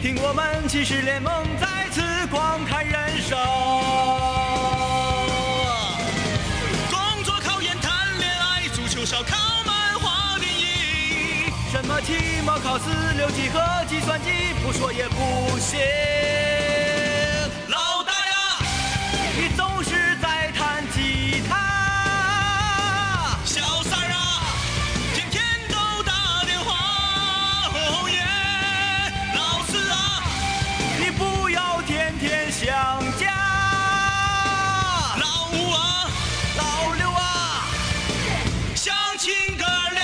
听我们骑士联盟再次光看人生。工作考研谈恋爱，足球烧烤漫画电影，什么期末考四六级和计算机，不说也不行。老大呀，你总是在弹吉他。小三儿啊，天天都打电话。哦耶，老四啊，你不要天天想家。老五啊，老六啊，相亲哥俩。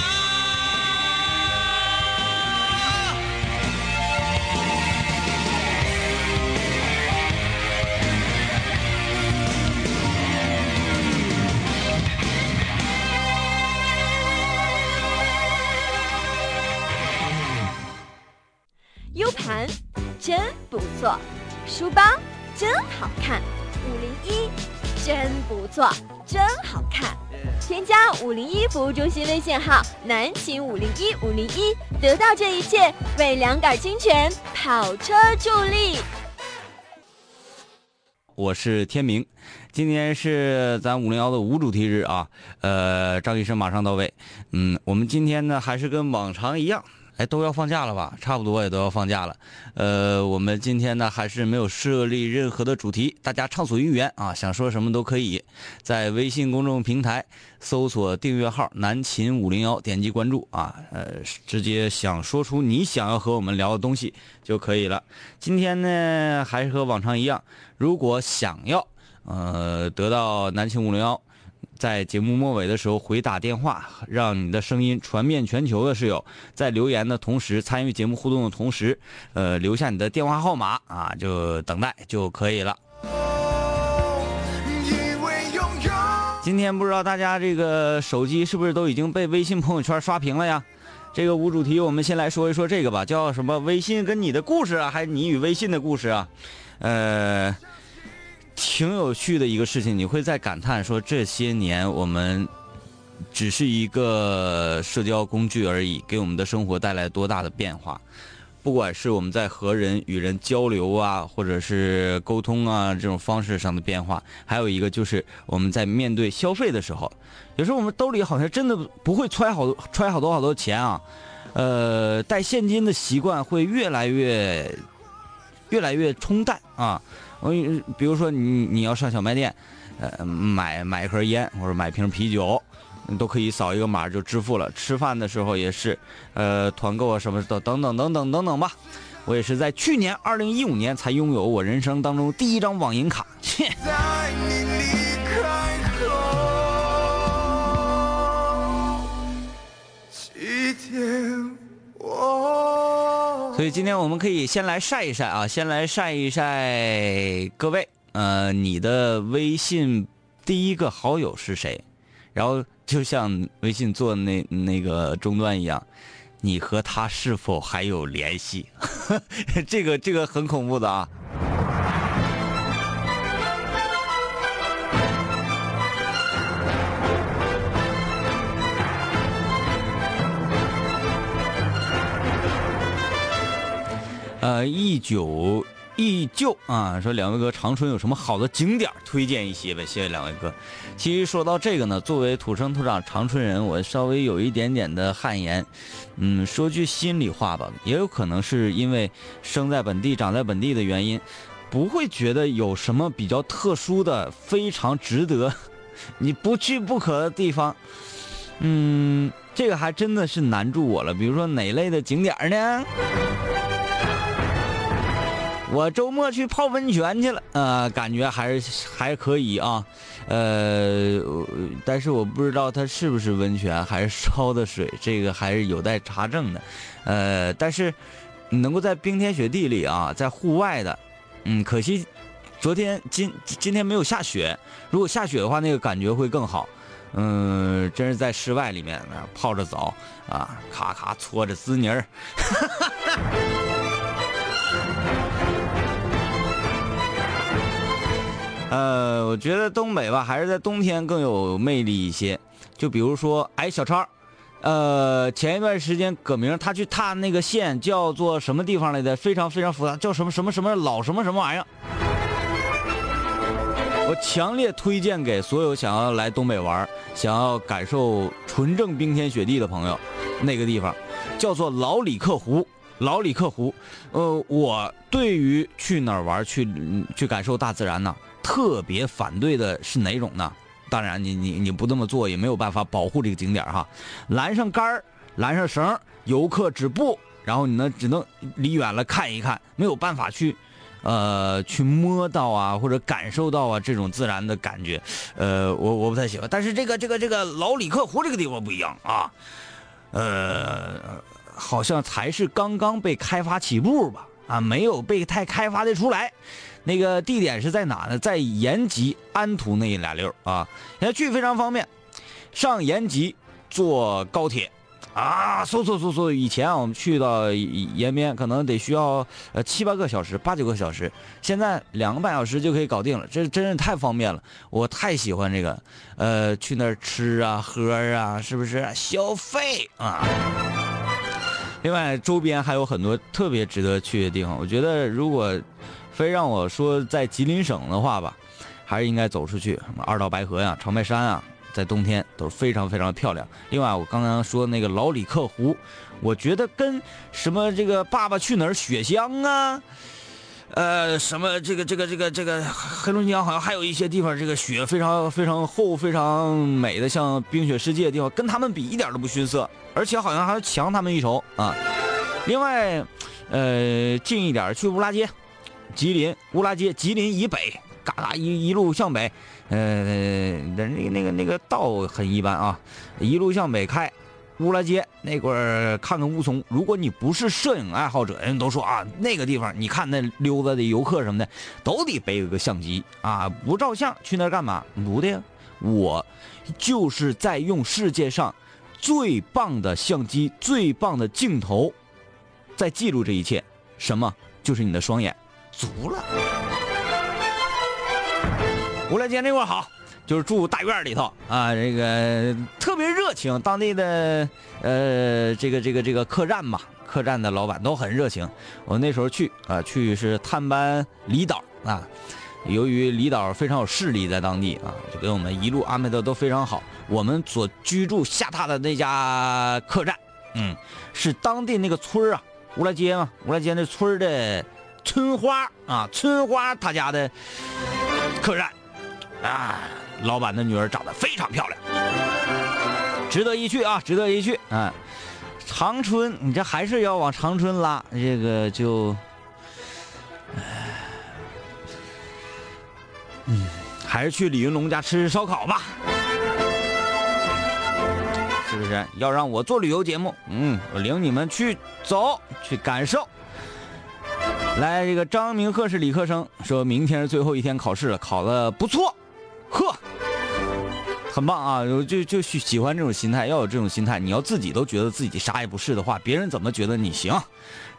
U 盘真不错，书包真好看，五零一真不错，真好看。添加五零一服务中心微信号南秦五零一五零一，得到这一切，为两杆清泉跑车助力。我是天明，今天是咱五零幺的无主题日啊。呃，张医生马上到位。嗯，我们今天呢还是跟往常一样，哎，都要放假了吧？差不多也都要放假了。呃，我们今天呢还是没有设立任何的主题，大家畅所欲言啊，想说什么都可以。在微信公众平台搜索订阅号“南秦五零幺”，点击关注啊，呃，直接想说出你想要和我们聊的东西就可以了。今天呢还是和往常一样。如果想要呃得到南青五零幺，在节目末尾的时候回打电话，让你的声音传遍全球的室友，在留言的同时参与节目互动的同时，呃，留下你的电话号码啊，就等待就可以了。因为拥有。今天不知道大家这个手机是不是都已经被微信朋友圈刷屏了呀？这个无主题，我们先来说一说这个吧，叫什么？微信跟你的故事啊，还是你与微信的故事啊？呃，挺有趣的一个事情，你会在感叹说，这些年我们只是一个社交工具而已，给我们的生活带来多大的变化？不管是我们在和人与人交流啊，或者是沟通啊这种方式上的变化，还有一个就是我们在面对消费的时候，有时候我们兜里好像真的不会揣好揣好多好多钱啊，呃，带现金的习惯会越来越越来越冲淡啊。我比如说你你要上小卖店，呃，买买一盒烟或者买瓶啤酒，你都可以扫一个码就支付了。吃饭的时候也是，呃，团购啊什么的等等等等等等吧。我也是在去年二零一五年才拥有我人生当中第一张网银卡，切。在你离开后，几天我所以今天我们可以先来晒一晒啊，先来晒一晒各位，呃，你的微信第一个好友是谁？然后就像微信做那那个终端一样，你和他是否还有联系？ 这个这个很恐怖的啊。呃，一九一旧啊，说两位哥，长春有什么好的景点儿推荐一些呗？谢谢两位哥。其实说到这个呢，作为土生土长长春人，我稍微有一点点的汗颜。嗯，说句心里话吧，也有可能是因为生在本地、长在本地的原因，不会觉得有什么比较特殊的、非常值得你不去不可的地方。嗯，这个还真的是难住我了。比如说哪类的景点儿呢？我周末去泡温泉去了，呃，感觉还是还可以啊，呃，我但是我不知道它是不是温泉，还是烧的水，这个还是有待查证的，呃，但是你能够在冰天雪地里啊，在户外的，嗯，可惜昨天今今天没有下雪，如果下雪的话，那个感觉会更好，嗯、真是在室外里面呃泡着澡啊，咔咔搓着滋泥儿，呃，我觉得东北吧，还是在冬天更有魅力一些。就比如说，哎，小超儿，呃，前一段时间葛明他去探那个县叫做什么地方来的，非常非常复杂，叫什么什么什么老什么什么玩意儿。我强烈推荐给所有想要来东北玩儿、想要感受纯正冰天雪地的朋友，那个地方叫做老里克湖。老里克湖，呃，我对于去哪儿玩儿、去嗯去感受大自然呢，特别反对的是哪种呢？当然你，你你不这么做也没有办法保护这个景点儿哈。拦上杆儿，拦上绳儿，游客止步，然后你呢只能离远了看一看，没有办法去，呃，去摸到啊或者感受到啊这种自然的感觉，呃，我我不太喜欢。但是这个这个这个老里克湖这个地方不一样啊，呃，好像才是刚刚被开发起步吧，啊，没有被太开发的出来。那个地点是在哪呢？在延吉、安图那一俩溜儿啊，现在去非常方便，上延吉坐高铁。啊，嗖嗖嗖嗖！以前啊我们去到延边，可能得需要呃七八个小时、八九个小时，现在两个半小时就可以搞定了，这真是太方便了，我太喜欢这个。呃，去那儿吃啊、喝啊，是不是消费啊？另外，周边还有很多特别值得去的地方。我觉得，如果非让我说在吉林省的话吧，还是应该走出去，什么二道白河呀、长白山啊，在冬天都是非常非常漂亮。另外，我刚刚说那个老里克湖，我觉得跟什么这个《爸爸去哪儿》雪乡啊。呃，什么这个这个这个这个黑龙江好像还有一些地方，这个雪非常非常厚、非常美的，像冰雪世界的地方，跟他们比一点都不逊色，而且好像还强他们一筹啊。另外，呃，近一点去乌拉街，吉林乌拉街，吉林以北，嘎嘎一一路向北，呃，那那个那个那个道很一般啊，一路向北开。乌拉街那块儿看看乌松，如果你不是摄影爱好者，人都说啊，那个地方你看那溜达的游客什么的，都得背个相机啊，不照相去那儿干嘛？不的呀，我就是在用世界上最棒的相机、最棒的镜头，在记录这一切。什么？就是你的双眼，足了。乌拉街那块儿好，就是住大院里头啊，这个特别热情，当地的呃这个这个这个客栈吧，客栈的老板都很热情。我那时候去啊，去是探班离岛啊，由于离岛非常有势力，在当地啊，就给我们一路安排的都非常好。我们所居住下榻的那家客栈，嗯，是当地那个村儿啊，乌拉街嘛，乌拉街那村儿的村花啊，村花他家的客栈。啊，老板的女儿长得非常漂亮，值得一去啊，值得一去啊。长春，你这还是要往长春拉，这个就，唉嗯，还是去李云龙家吃吃烧烤吧，是不是？要让我做旅游节目，嗯，我领你们去走，去感受。来，这个张明鹤是理科生，说明天是最后一天考试了，考的不错，呵，很棒啊！我就就喜喜欢这种心态，要有这种心态。你要自己都觉得自己啥也不是的话，别人怎么觉得你行？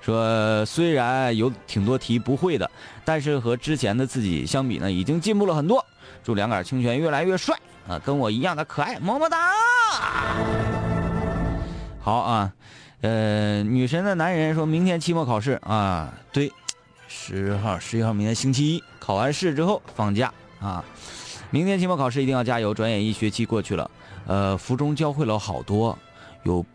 说虽然有挺多题不会的，但是和之前的自己相比呢，已经进步了很多。祝两杆清泉越来越帅啊，跟我一样的可爱，么么哒！好啊，呃，女神的男人说明天期末考试啊，对，十号、十一号，明天星期一考完试之后放假啊。明天期末考试一定要加油！转眼一学期过去了，呃，福中教会了我好多，有，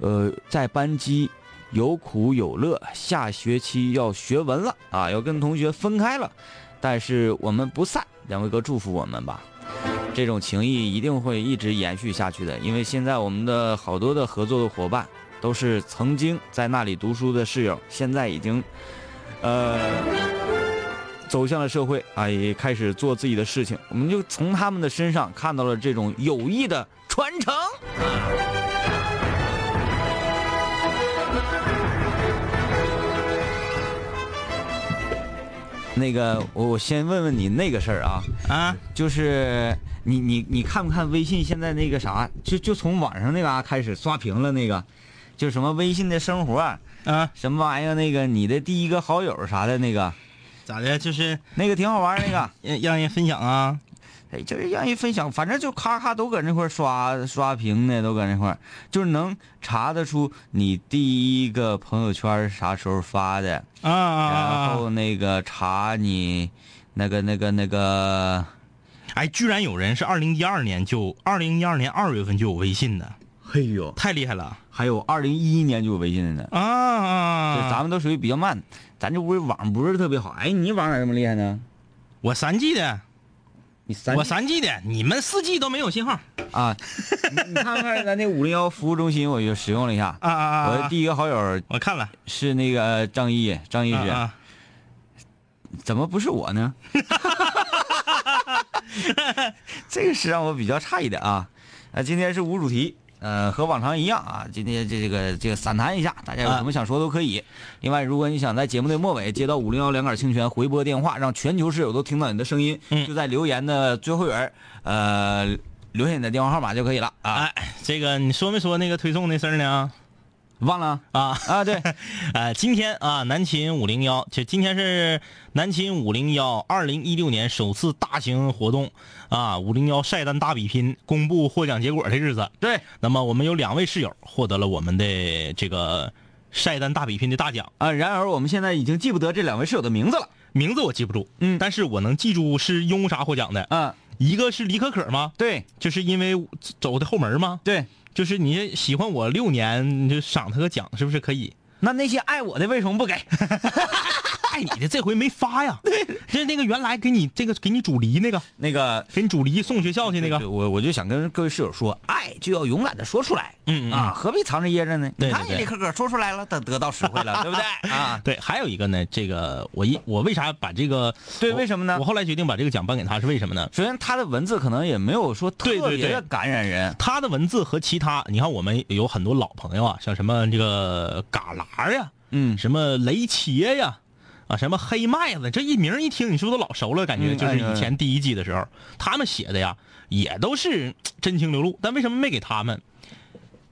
呃，在班级有苦有乐。下学期要学文了啊，要跟同学分开了，但是我们不散。两位哥祝福我们吧，这种情谊一定会一直延续下去的，因为现在我们的好多的合作的伙伴都是曾经在那里读书的室友，现在已经，呃。走向了社会啊，也开始做自己的事情。我们就从他们的身上看到了这种友谊的传承。那个，我我先问问你那个事儿啊，啊，就是你你你看不看微信现在那个啥，就就从网上那嘎、开始刷屏了那个，就什么微信的生活啊啊，什么玩意儿，那个你的第一个好友啥的那个，咋的？就是那个挺好玩儿那个。呃让人分享啊，哎，就是让人分享，反正就咔咔都搁那块儿刷刷屏呢，都搁那块儿，就是能查得出你第一个朋友圈是啥时候发的，啊啊然啊！后那个查你那个那个那个，哎，居然有人是二零一二年就二零一二年二月份就有微信的，嘿呦，太厉害了还有二零一一年就有微信的呢。啊对，啊！咱们都属于比较慢，咱这屋网不是特别好。哎，你网咋这么厉害呢？我三 G 的，你三我三 G 的，你们四 G 都没有信号啊，你你看看咱那五零幺服务中心，我就使用了一下。啊啊啊！我的第一个好友我看了，是那个张毅，张毅啊是、啊，怎么不是我 呢？这个是让我比较诧异的啊。呃，今天是无主题，呃，和往常一样啊。今天这个这个散谈一下，大家有什么想说都可以。另外，如果你想在节目的末尾接到五零幺两杆清泉回拨电话，让全球室友都听到你的声音，嗯就在留言的最后一人，呃，留下你的电话号码就可以了啊。哎，这个你说没说那个推送那事儿呢？忘了啊，啊？ 对，呃，今天啊，南秦五零幺，这今天是南秦五零幺二零一六年首次大型活动啊，五零幺晒单大比拼公布获奖结果的日子。对，那么我们有两位室友获得了我们的这个晒单大比拼的大奖，啊，然而我们现在已经记不得这两位室友的名字了。名字我记不住，嗯但是我能记住是因为啥获奖的，啊，一个是李可可吗？对就是因为走的后门吗？对，就是你喜欢我六年，你就赏他个奖，是不是可以？那那些爱我的为什么不给？爱你的这回没 发呀，对，就是那个原来给你这个给你煮梨那个，那个给你煮梨送学校去那对个，我我就想跟各位室友说，爱就要勇敢的说出来，嗯嗯啊，何必藏着掖着呢？对你对看你对李可可说出来了，得得到实惠了，对不 对？啊，对，还有一个呢，这个我一我为啥把这个对我为什么呢我后来决定把这个奖颁给他是为什么呢？首先他的文字可能也没有说特对对别对的感染人，他的文字和其他，你看我们有很多老朋友啊，像什么这个嘎啦呀，嗯，什么雷茄呀，啊，什么黑麦子，这一名一听，你是不是都老熟了？感觉嗯就是哎以前第一季的时候，他们写的呀，也都是真情流露。但为什么没给他们？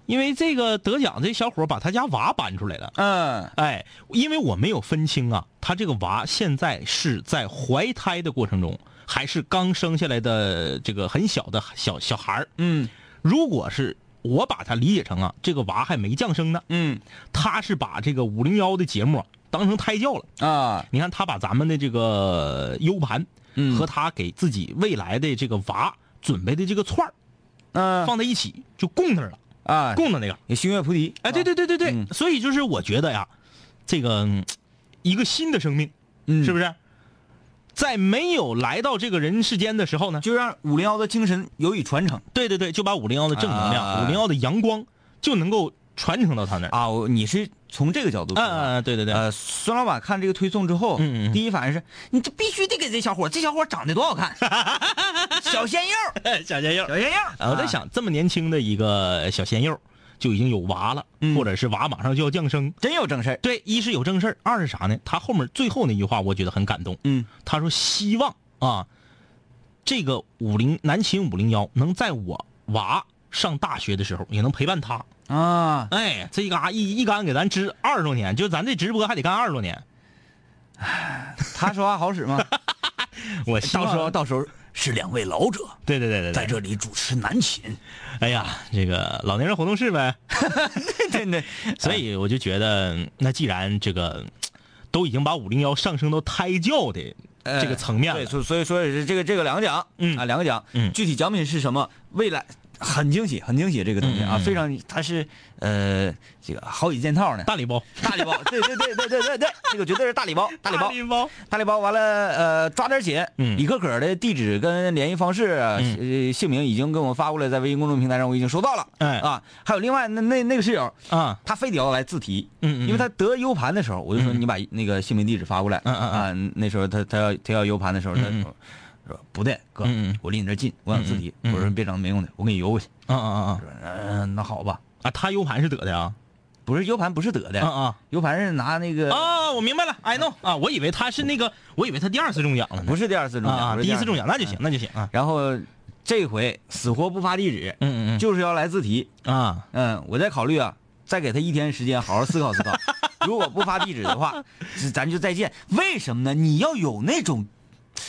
因为这个得奖这小伙把他家娃搬出来了。嗯，哎，因为我没有分清啊，他这个娃现在是在怀胎的过程中，还是刚生下来的这个很小的小小孩儿。嗯如果是我把它理解成啊，这个娃还没降生呢，嗯他是把这个五零幺的节目啊当成胎教了。啊，你看他把咱们的这个 U 盘，嗯和他给自己未来的这个娃准备的这个串儿嗯放在一起，就供那儿了，啊，供到那个。有星月菩提，哎，对对对对对，嗯所以就是我觉得呀，这个嗯一个新的生命，嗯是不是？在没有来到这个人世间的时候呢，就让五零幺的精神有以传承对对对，就把五零幺的正能啊量、五零幺的阳光就能够传承到他那儿。啊，我你是从这个角度出嗯、发嗯嗯对对对，呃，孙老板看这个推送之后，嗯嗯嗯第一反应是，你这必须得给这小伙儿，这小伙儿长得多好 看，小鲜肉，小鲜 肉小鲜肉。啊，我在，想，这么年轻的一个小鲜肉就已经有娃了，嗯或者是娃马上就要降生。真有正事儿。对，一是有正事儿，二是啥呢？他后面最后那句话我觉得很感动。嗯他说：“希望啊，这个五零南秦五零幺能在我娃上大学的时候也能陪伴他。啊，哎，这一嘎一一干给咱支二十多年，就咱这直播还得干二十多年。他说话好使 吗？我希到望时候到时候是两位老者对对对对在对，这里主持南琴，哎呀，这个老年人活动室呗。” 对对，所以我就觉得，那既然这个都已经把五零幺上升到胎教的这个层面哎呃对，了，所所以说也是这个这个两个奖，嗯啊两个奖，嗯具体奖品是什么？未来很惊喜，很惊喜这个东西啊，嗯嗯嗯非常它是呃这个好几件套呢，大礼包，大 礼包，对对对对对对对，这个绝对是大礼包，大礼包。包，大礼包完了，呃，抓点紧。嗯李可可的地址跟联系方式、呃，姓名已经跟我发过来，在微信公众平台上我已经收到了。哎啊，还有另外那那那个室友，啊，他非得要来自提，嗯嗯嗯嗯因为他得 U 盘的时候，我就说你把那个姓名地址发过来，嗯嗯嗯啊，那时候他他要他要 U 盘的时候，他嗯嗯说说不对，哥嗯嗯，我离你这近，我想自提，我嗯嗯说别整没用的，我给你邮过去，啊啊啊我说嗯，那好吧，啊，他 U 盘是得的啊，不是 U 盘不是得啊的啊，U 盘是拿那个啊，我明白了，I know 啊，我以为他是那个，我以为他第二次中奖了呢，不是第二次中啊奖，啊，不是第一二嗯次中奖那就行，，那就行啊，然后这回死活不发地址，嗯嗯就是要来自提，嗯啊，嗯，我在考虑啊，再给他一天时间，好好思考思 考。如果不发地址的话，是咱就再见。为什么呢？你要有那种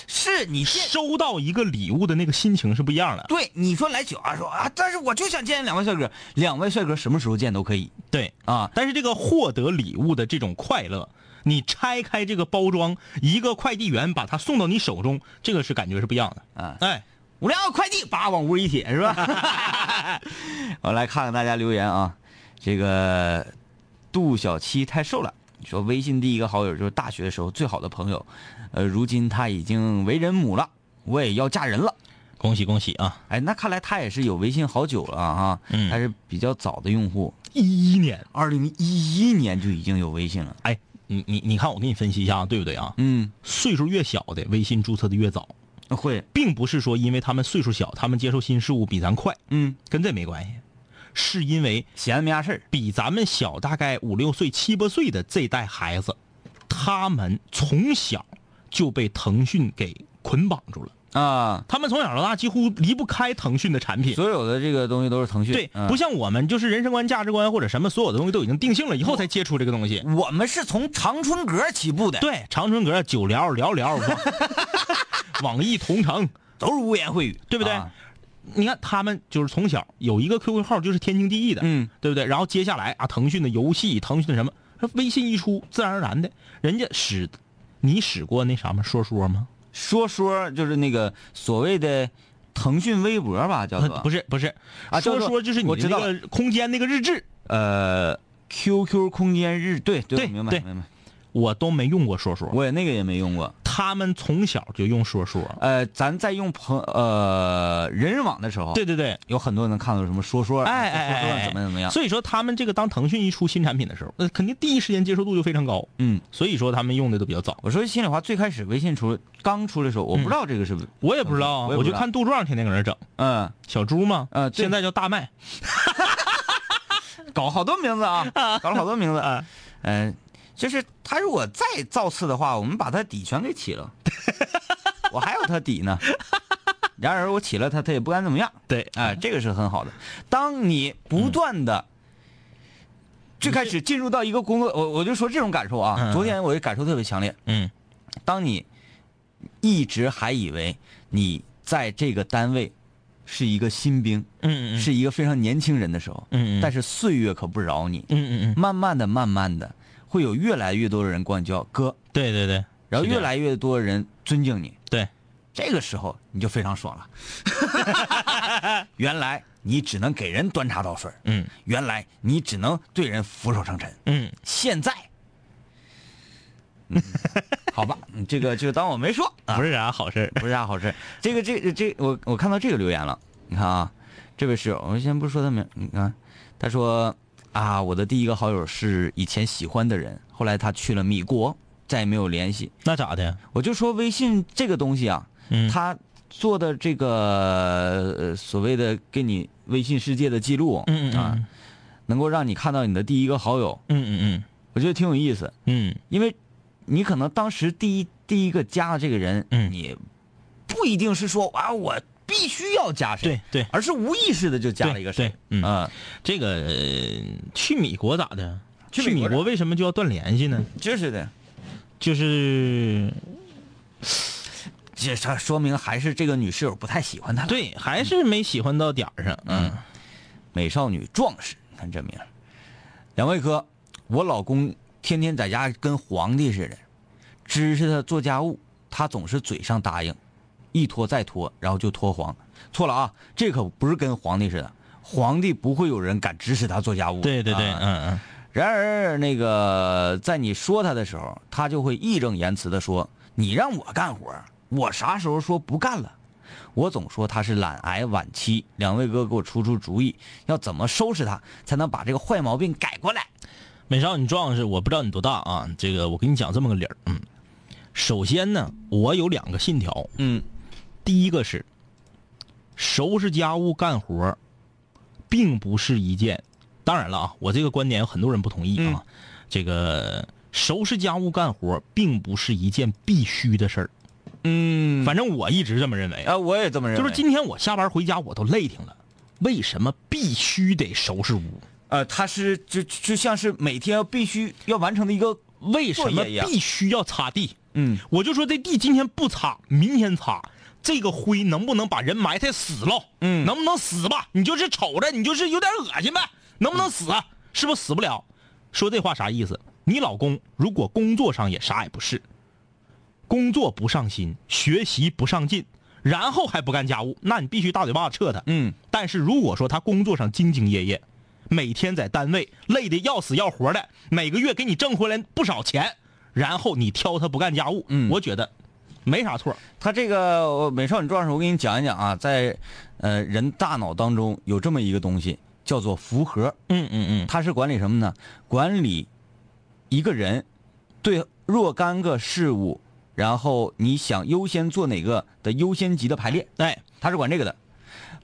是你见收到一个礼物的那个心情是不一样的。对你说来九啊，说啊，但是我就想见两位帅哥，两位帅哥什么时候见都可以对，啊。但是这个获得礼物的这种快乐，你拆开这个包装，一个快递员把它送到你手中，这个是感觉是不一样的。啊哎，五粮液快递，叭往屋一铁是吧？ 我来看看大家留言啊，这个杜小七太瘦了。你说微信第一个好友就是大学的时候最好的朋友，呃，如今他已经为人母了，我也要嫁人了。恭喜恭喜啊！哎，那看来他也是有微信好久了啊，哈嗯他是比较早的用户，一一年，二零一一年就已经有微信了。哎，你你你看，我给你分析一下啊，对不对啊？嗯，岁数越小的，微信注册的越早，会，并不是说因为他们岁数小，他们接受新事物比咱快，嗯，跟这没关系，是因为闲着没啥事儿。比咱们小大概五六岁、七八岁的这代孩子，他们从小就被腾讯给捆绑住了。啊，他们从小到大几乎离不开腾讯的产品。所有的这个东西都是腾讯。对，嗯不像我们就是人生观、价值观或者什么所有的东西都已经定性了以后才接触这个东西。我们是从长春阁起步的，对，长春阁、九聊、聊聊、 网网易同城，都是污言秽语，对不对？啊你看他们就是从小有一个 QQ 号就是天经地义的，嗯，对不对？然后接下来啊，腾讯的游戏，腾讯的什么，微信一出，自然而然的，人家使你使过那啥吗？说说吗？说说就是那个所谓的腾讯微博吧，叫做呃不是不是呃啊叫说做说就是你我知那道了个空间那个日志，呃 QQ 空间日，对对对明白对明白，我都没用过说说。我也那个也没用过。他们从小就用说说，呃，咱在用朋呃人人网的时候，对对对，有很多人能看到什么说啊说，哎哎说哎说哎，怎么怎么样，所以说他们这个当腾讯一出新产品的时候，那肯定第一时间接受度就非常高，嗯。所以说他们用的都比较早。我说心里话，最开始微信出刚出的时候，我不知道这个是不，我也不知道啊，我也我不知就道看杜壮天天搁那儿整嗯，小猪嘛，呃对现在叫大麦，搞好多名字啊， 搞了好多名字，嗯、就是他如果再造次的话，我们把他底全给起 了，我还有他底呢。然而我起了他，他也不敢怎么样，对，哎、这个是很好的。当你不断嗯的、最开始进入到一个工作，我我就说这种感受啊，嗯昨天我的感受特别强烈。嗯，当你一直还以为你在这个单位是一个新兵，嗯嗯是一个非常年轻人的时候，嗯嗯但是岁月可不饶你，嗯嗯嗯，慢慢的、慢慢的，会有越来越多的人管你叫哥，对对对，然后是这越样来越多的人尊敬你，对，这个时候你就非常爽了。 原来你只能给人端茶倒水，嗯原来你只能对人俯首称臣，嗯，现在，嗯 好吧，嗯这个就当我没说啊不，是啥好事儿，不是啥啊好事。这个这个这个我我看到这个留言了，你看啊，这位室友，我先不说他名，你看，他说啊，我的第一个好友是以前喜欢的人，后来他去了米国，再也没有联系。那咋的？我就说微信这个东西啊，嗯他做的这个、呃所谓的给你微信世界的记录，嗯嗯啊，能够让你看到你的第一个好友，嗯嗯我觉得挺有意思。嗯因为你可能当时第一第一个加的这个人，嗯你不一定是说啊，我必须要加谁，对对而是无意识的就加了一个谁，对对嗯啊嗯，这个呃去米国咋的？去去美米国国为什么就要断联系呢？就是的，就是这这说明还是这个女室友不太喜欢他。，对，还是没喜欢到点儿上。嗯，美少女壮士，你看这名儿，两位哥，我老公天天在家跟皇帝似的，支持他做家务，他总是嘴上答应，一拖再拖，然后就拖黄。错了啊，这可不是跟皇帝似的，皇帝不会有人敢指使他做家务。对对对，啊嗯然而那个在你说他的时候，他就会义正言辞的说：“你让我干活儿，我啥时候说不干了？”我总说他是懒癌晚期，两位哥给我出出主意，要怎么收拾他，才能把这个坏毛病改过来？嗯，美少女壮士，我不知道你多大啊？这个我跟你讲这么个理儿，嗯，首先呢，我有两个信条，嗯，第一个是收拾家务干活儿，并不是一件。当然了啊，我这个观点有很多人不同意啊。嗯这个收拾家务干活儿并不是一件必须的事儿。嗯，反正我一直这么认为。啊，我也这么认就为。是今天我下班回家我都累挺了，为什么必须得收拾屋？呃，他是就就像是每天要必须要完成的一个为什么作业一样必须要擦地？嗯，我就说这地今天不擦，明天擦，这个灰能不能把人埋汰死了？嗯能不能死吧？你就是瞅着，你就是有点恶心呗，能不能死？啊是不是死不了？说这话啥意思？你老公如果工作上也啥也不是，工作不上心，学习不上进，然后还不干家务，那你必须大嘴巴子撤他。嗯，但是如果说他工作上兢兢业业，每天在单位累得要死要活的，每个月给你挣回来不少钱，然后你挑他不干家务，嗯我觉得没啥错。他这个呃美少女战士，我给你讲一讲啊，在呃人大脑当中有这么一个东西叫做符合，嗯嗯嗯，它是管理什么呢？管理一个人对若干个事物，然后你想优先做哪个的优先级的排列，哎，它是管这个的。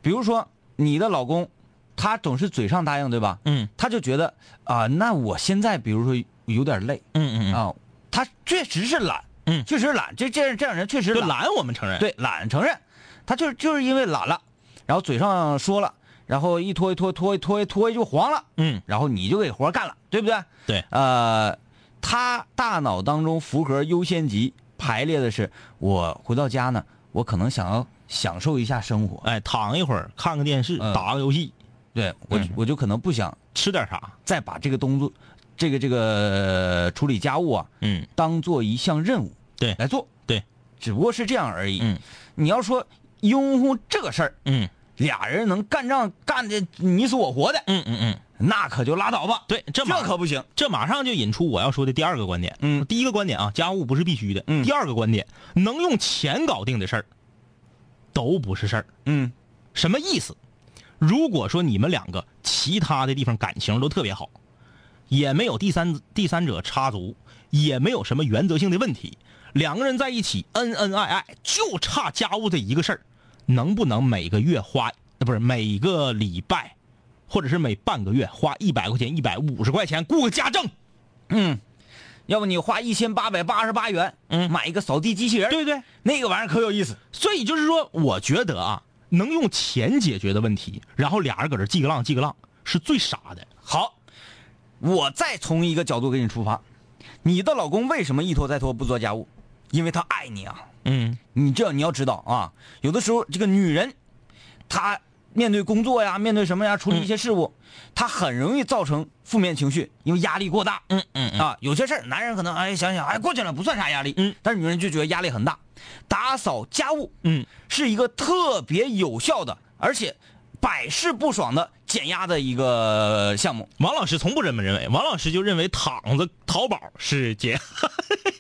比如说你的老公，他总是嘴上答应，对吧？嗯他就觉得啊、那我现在比如说有点累嗯嗯嗯，啊、他确实是懒，嗯确实懒，这这这样人确实就懒懒我们承认。，对，懒承认，他就是就是因为懒了，然后嘴上说了，然后一拖一拖拖一拖一拖一就黄了，嗯然后你就给活干了，对不对？对，呃，他大脑当中符合优先级排列的是，我回到家呢，我可能想要享受一下生活，哎，躺一会儿，看个电视，嗯打个游戏，对我、嗯我就可能不想吃点啥。再把这个动作，这个这个处理家务啊，嗯，当做一项任务对来做，对，只不过是这样而已。嗯你要说拥护这个事儿，嗯俩人能干仗干的你死我活的，嗯嗯嗯，那可就拉倒吧。对，这这马可不行。这马上就引出我要说的第二个观点。嗯第一个观点啊，家务不是必须的。嗯第二个观点，能用钱搞定的事儿，都不是事儿。嗯什么意思？如果说你们两个其他的地方感情都特别好，也没有第三第三者插足，也没有什么原则性的问题，两个人在一起恩恩爱爱，就差家务这一个事儿，能不能每个月花呃不是每个礼拜，或者是每半个月花一百块钱、一百五十块钱雇个家政？嗯，要不你花一千八百八十八元，嗯买一个扫地机器人，对不对？那个玩意儿可有意思。所以就是说，我觉得啊，能用钱解决的问题，然后俩人搁这记个浪记个浪，是最傻的。好，嗯我再从一个角度给你出发，你的老公为什么一拖再拖不做家务？因为他爱你啊。嗯你这你要知道啊，有的时候这个女人，她面对工作呀，面对什么呀，处理一些事务，嗯她很容易造成负面情绪，因为压力过大。嗯嗯嗯啊，有些事儿男人可能哎想想哎过去了不算啥压力，嗯，但是女人就觉得压力很大。打扫家务嗯。是一个特别有效的，而且百试不爽的减压的一个项 目，王老师从不这么认为，王老师就认为躺着淘宝是解。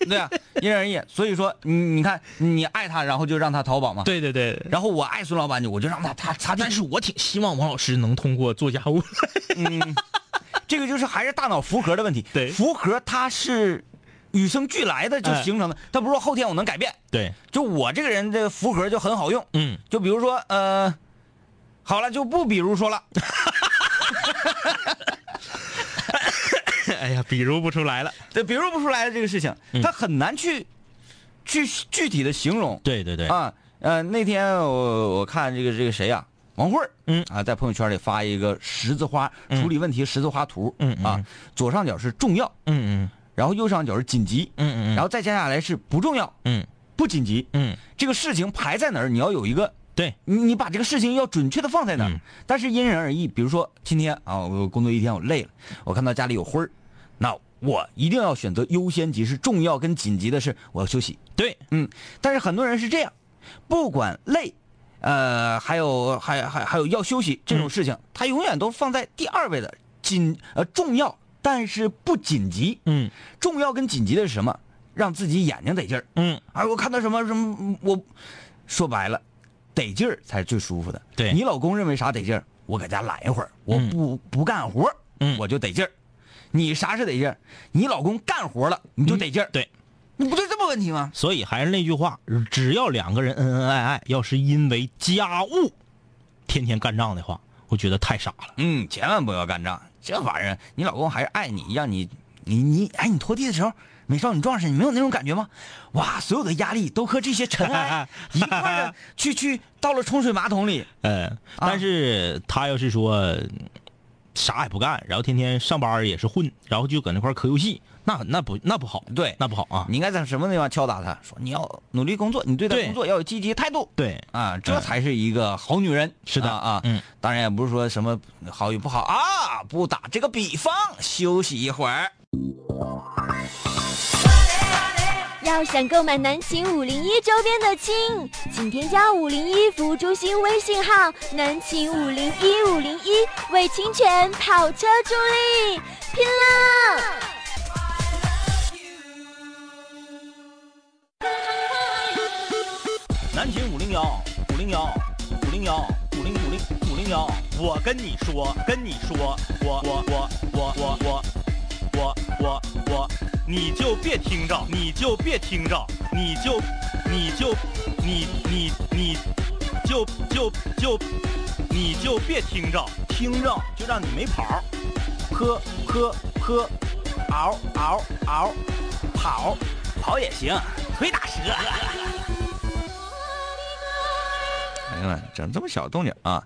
对啊，因人而异。所以说你你看你爱他，然后就让他淘宝嘛，，对对对。然后我爱孙老板就我就让他他擦地但是我挺希望王老师能通过做家务。这个就是还是大脑符合的问题。对符合它是与生俱来的就哎形成的，它不是说后天我能改变。对，就我这个人的符合就很好用，嗯，就比如说呃，好了就不比如 说了， 哎呀，比如不出来了。对，比如不出来的这个事情，嗯它很难去去具体的形容对对对，啊。呃，那天我我看这个这个谁呀、王慧儿，嗯啊，在朋友圈里发一个十字花嗯处理问题十字花图，嗯嗯啊嗯，左上角是重要，嗯嗯然后右上角是紧急，嗯嗯，然后后再接下来是不重要，嗯不紧急，嗯，这个事情排在哪儿，你要有一个，对，你你把这个事情要准确的放在哪儿。嗯但是因人而异，比如说今天啊，我工作一天我累了，我看到家里有灰儿，那我一定要选择优先级是重要跟紧急的是我要休息。对，嗯，但是很多人是这样，不管累，呃，还有还还还有要休息这种事嗯情，他永远都放在第二位的紧呃重要，但是不紧急。嗯重要跟紧急的是什么？让自己眼睛得劲儿。嗯，哎，我看到什么什么，嗯我说白了，得劲儿才是最舒服的。对你老公认为啥得劲儿？我搁家懒一会儿，我嗯不、不干活儿，嗯我就得劲儿。你啥是得劲儿？你老公干活了，你就得劲儿、对。你不就这么问题吗？所以还是那句话，只要两个人恩恩爱爱，要是因为家务天天干仗的话，我觉得太傻了。嗯，千万不要干仗，这玩意儿，你老公还是爱你，让你你你，哎，你拖地的时候，美少女壮士，你没有那种感觉吗？哇，所有的压力都和这些尘 埃一块儿的去去到了冲水马桶里。嗯，但是他要是说啥也不干，然后天天上班也是混，然后就搁那块儿磕游戏，那那不那不好，对那不好啊。你应该在什么地方敲打他，说你要努力工作，你对待对工作要有积极态度。对，啊，这才是一个好女人。是的啊，啊嗯，当然也不是说什么好与不好啊，不打这个比方，休息一会儿。要想购买南秦五零一周边的亲，请添加五零一服务中心微信号“南秦五零一五零一”，为侵权跑车助力，拼了！南秦五零幺五零幺五零幺五零五零五零幺，我跟你说，跟你说，我我我我我我我我我，你就别听着，你就别听着，你就你就你你你就就就你就别听着，听着就让你没跑儿，喝喝喝，嗷嗷嗷，跑跑也行，腿打折。哎呀妈，整这么小动静啊！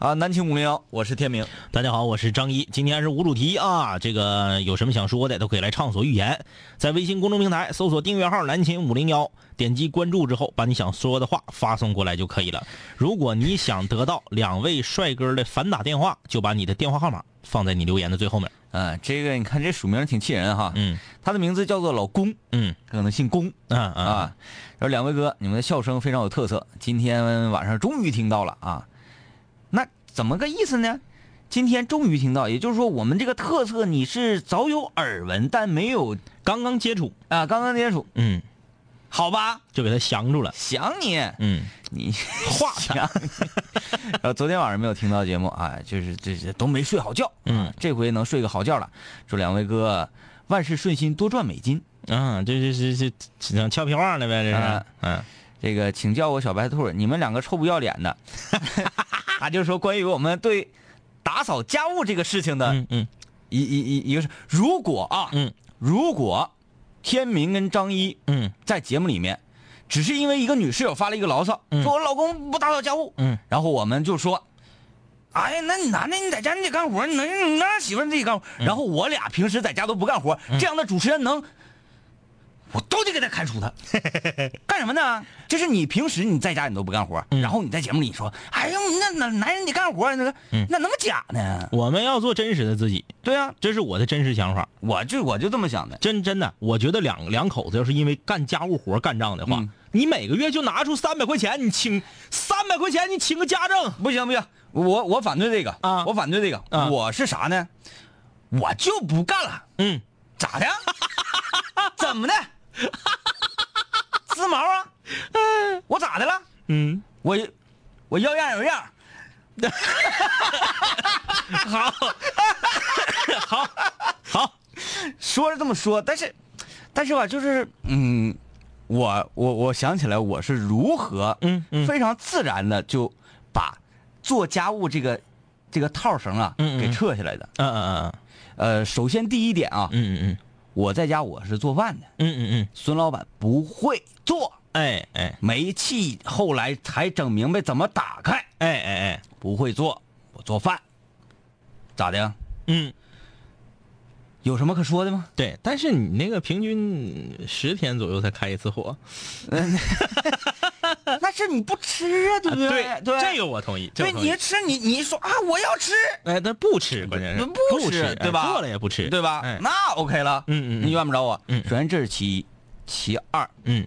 啊，南秦五零幺，我是天明。大家好，我是张一，今天是无主题啊，这个有什么想说的都可以来畅所欲言，在微信公众平台搜索订阅号“南秦五零幺”，点击关注之后，把你想说的话发送过来就可以了。如果你想得到两位帅哥的反打电话，就把你的电话号码放在你留言的最后面。啊，这个你看这署名挺气人哈，嗯他的名字叫做老公，嗯可能姓龚嗯啊啊。然后两位哥，你们的笑声非常有特色，今天晚上终于听到了啊。那怎么个意思呢？今天终于听到，也就是说我们这个特色你是早有耳闻，但没有刚刚接触，啊刚刚接触，嗯，好吧？就给他降住了。想你，嗯，你 话强。 然后昨天晚上没有听到节目啊，就是这这都没睡好觉，嗯，这回能睡个好觉了。祝两位哥万事顺心，多赚美金。啊，这这这这这想俏皮话呢呗，这是啊，嗯，这个请叫我小白兔，你们两个臭不要脸的。 他就说关于我们对打扫家务这个事情的嗯嗯一一一一个是，如果啊，嗯如果天明跟张一嗯在节目里面，只是因为一个女室友发了一个牢骚，嗯说我老公不打扫家务，嗯，然后我们就说，哎呀，那你男的你在家你得干活，你能那媳妇儿你得干活。然后我俩平时在家都不干活，这样的主持人能，我都得给他开除 他。干什么呢？就是你平时你在家你都不干活，然后你在节目里说，哎呀，那那男人得干活，那个那那么假呢？我们要做真实的自己，对啊，这是我的真实想法。我就我就这么想的。真真的，我觉得两两口子要是因为干家务活干仗的话，嗯你每个月就拿出三百块钱，你请三百块钱，你请个家政。不行不行，我我反对这个啊我反对这个，啊我是啥呢？我就不干了，嗯，咋的？ 怎么的？滋毛啊？我咋的了？嗯，我我要样有 样， 好，说是这么说，但是但是吧，就是嗯，我我我想起来我是如何嗯嗯非常自然的就把做家务这个这个套绳啊嗯嗯给撤下来的。嗯嗯呃，首先第一点啊，嗯嗯我在家我是做饭的，嗯嗯嗯嗯，孙老板不会做哎哎煤气，后来才整明白怎么打开。哎哎哎，不会做，我做饭，咋的呀？嗯，有什么可说的吗？对，但是你那个平均十天左右才开一次火，呃那是你不吃啊，对不对？对，这个我同意，这对，个我同你意一吃你你一说啊，我要吃，哎，但不吃，关键是不不吃，哎对吧？做了也不吃，对吧？哎，那 OK 了，嗯嗯嗯你怨不着我。嗯首先这是其一，其二，嗯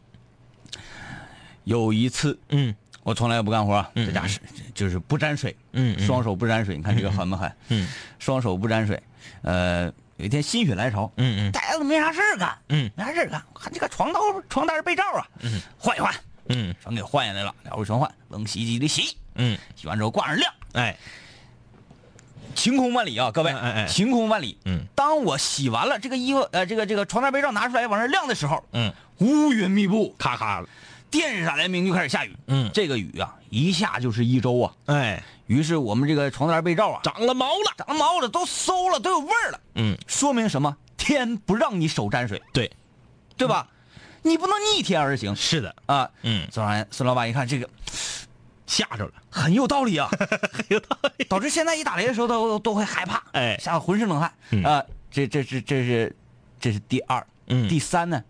有一次嗯我从来也不干活啊，嗯在家是就是不沾水，嗯嗯双手不沾水，你看这个狠不狠？嗯双手不沾水，呃，有一天心血来潮，嗯嗯呆子没啥事儿干，嗯没啥事儿干，我看这个床单床单被罩啊，嗯换一换，嗯全给换下来了，然后全换，扔洗衣机里洗，嗯，洗完之后挂上晾，哎，晴空万里啊，各位，哎哎哎晴空万里。嗯当我洗完了这个衣服，呃，这个这个床单被罩拿出来往上晾的时候，嗯，乌云密布，咔咔了，电闪雷鸣就开始下雨。嗯这个雨啊，一下就是一周啊。哎。于是我们这个床单被罩啊，长了毛了。长毛了，都馊了，都有味儿了。嗯，说明什么？天不让你手沾水，对，对嗯吧？你不能逆天而行是的，啊。嗯孙老板，孙老板一看这个，吓着了。很有道理 啊，导致现在一打雷的时候都都会害怕，哎吓得浑身冷汗嗯啊、这这这这是这是第二，嗯第三呢，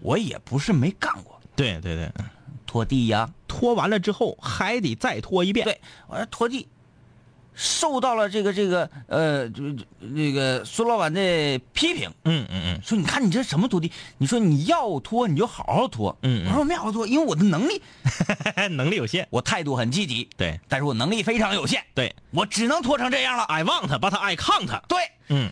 我也不是没干过对对嗯对，拖地呀，拖完了之后还得再拖一遍。对，我说拖地，受到了这个这个呃就就那个孙老板的批评，嗯嗯嗯，说你看你这什么拖地？你说你要拖你就好好拖，嗯嗯我说我没好好拖，因为我的能力， 能力有限。我态度很积极，嗯对但是我能力非常有限，对我只能拖成这样了。 ，I want but I can't。对，嗯，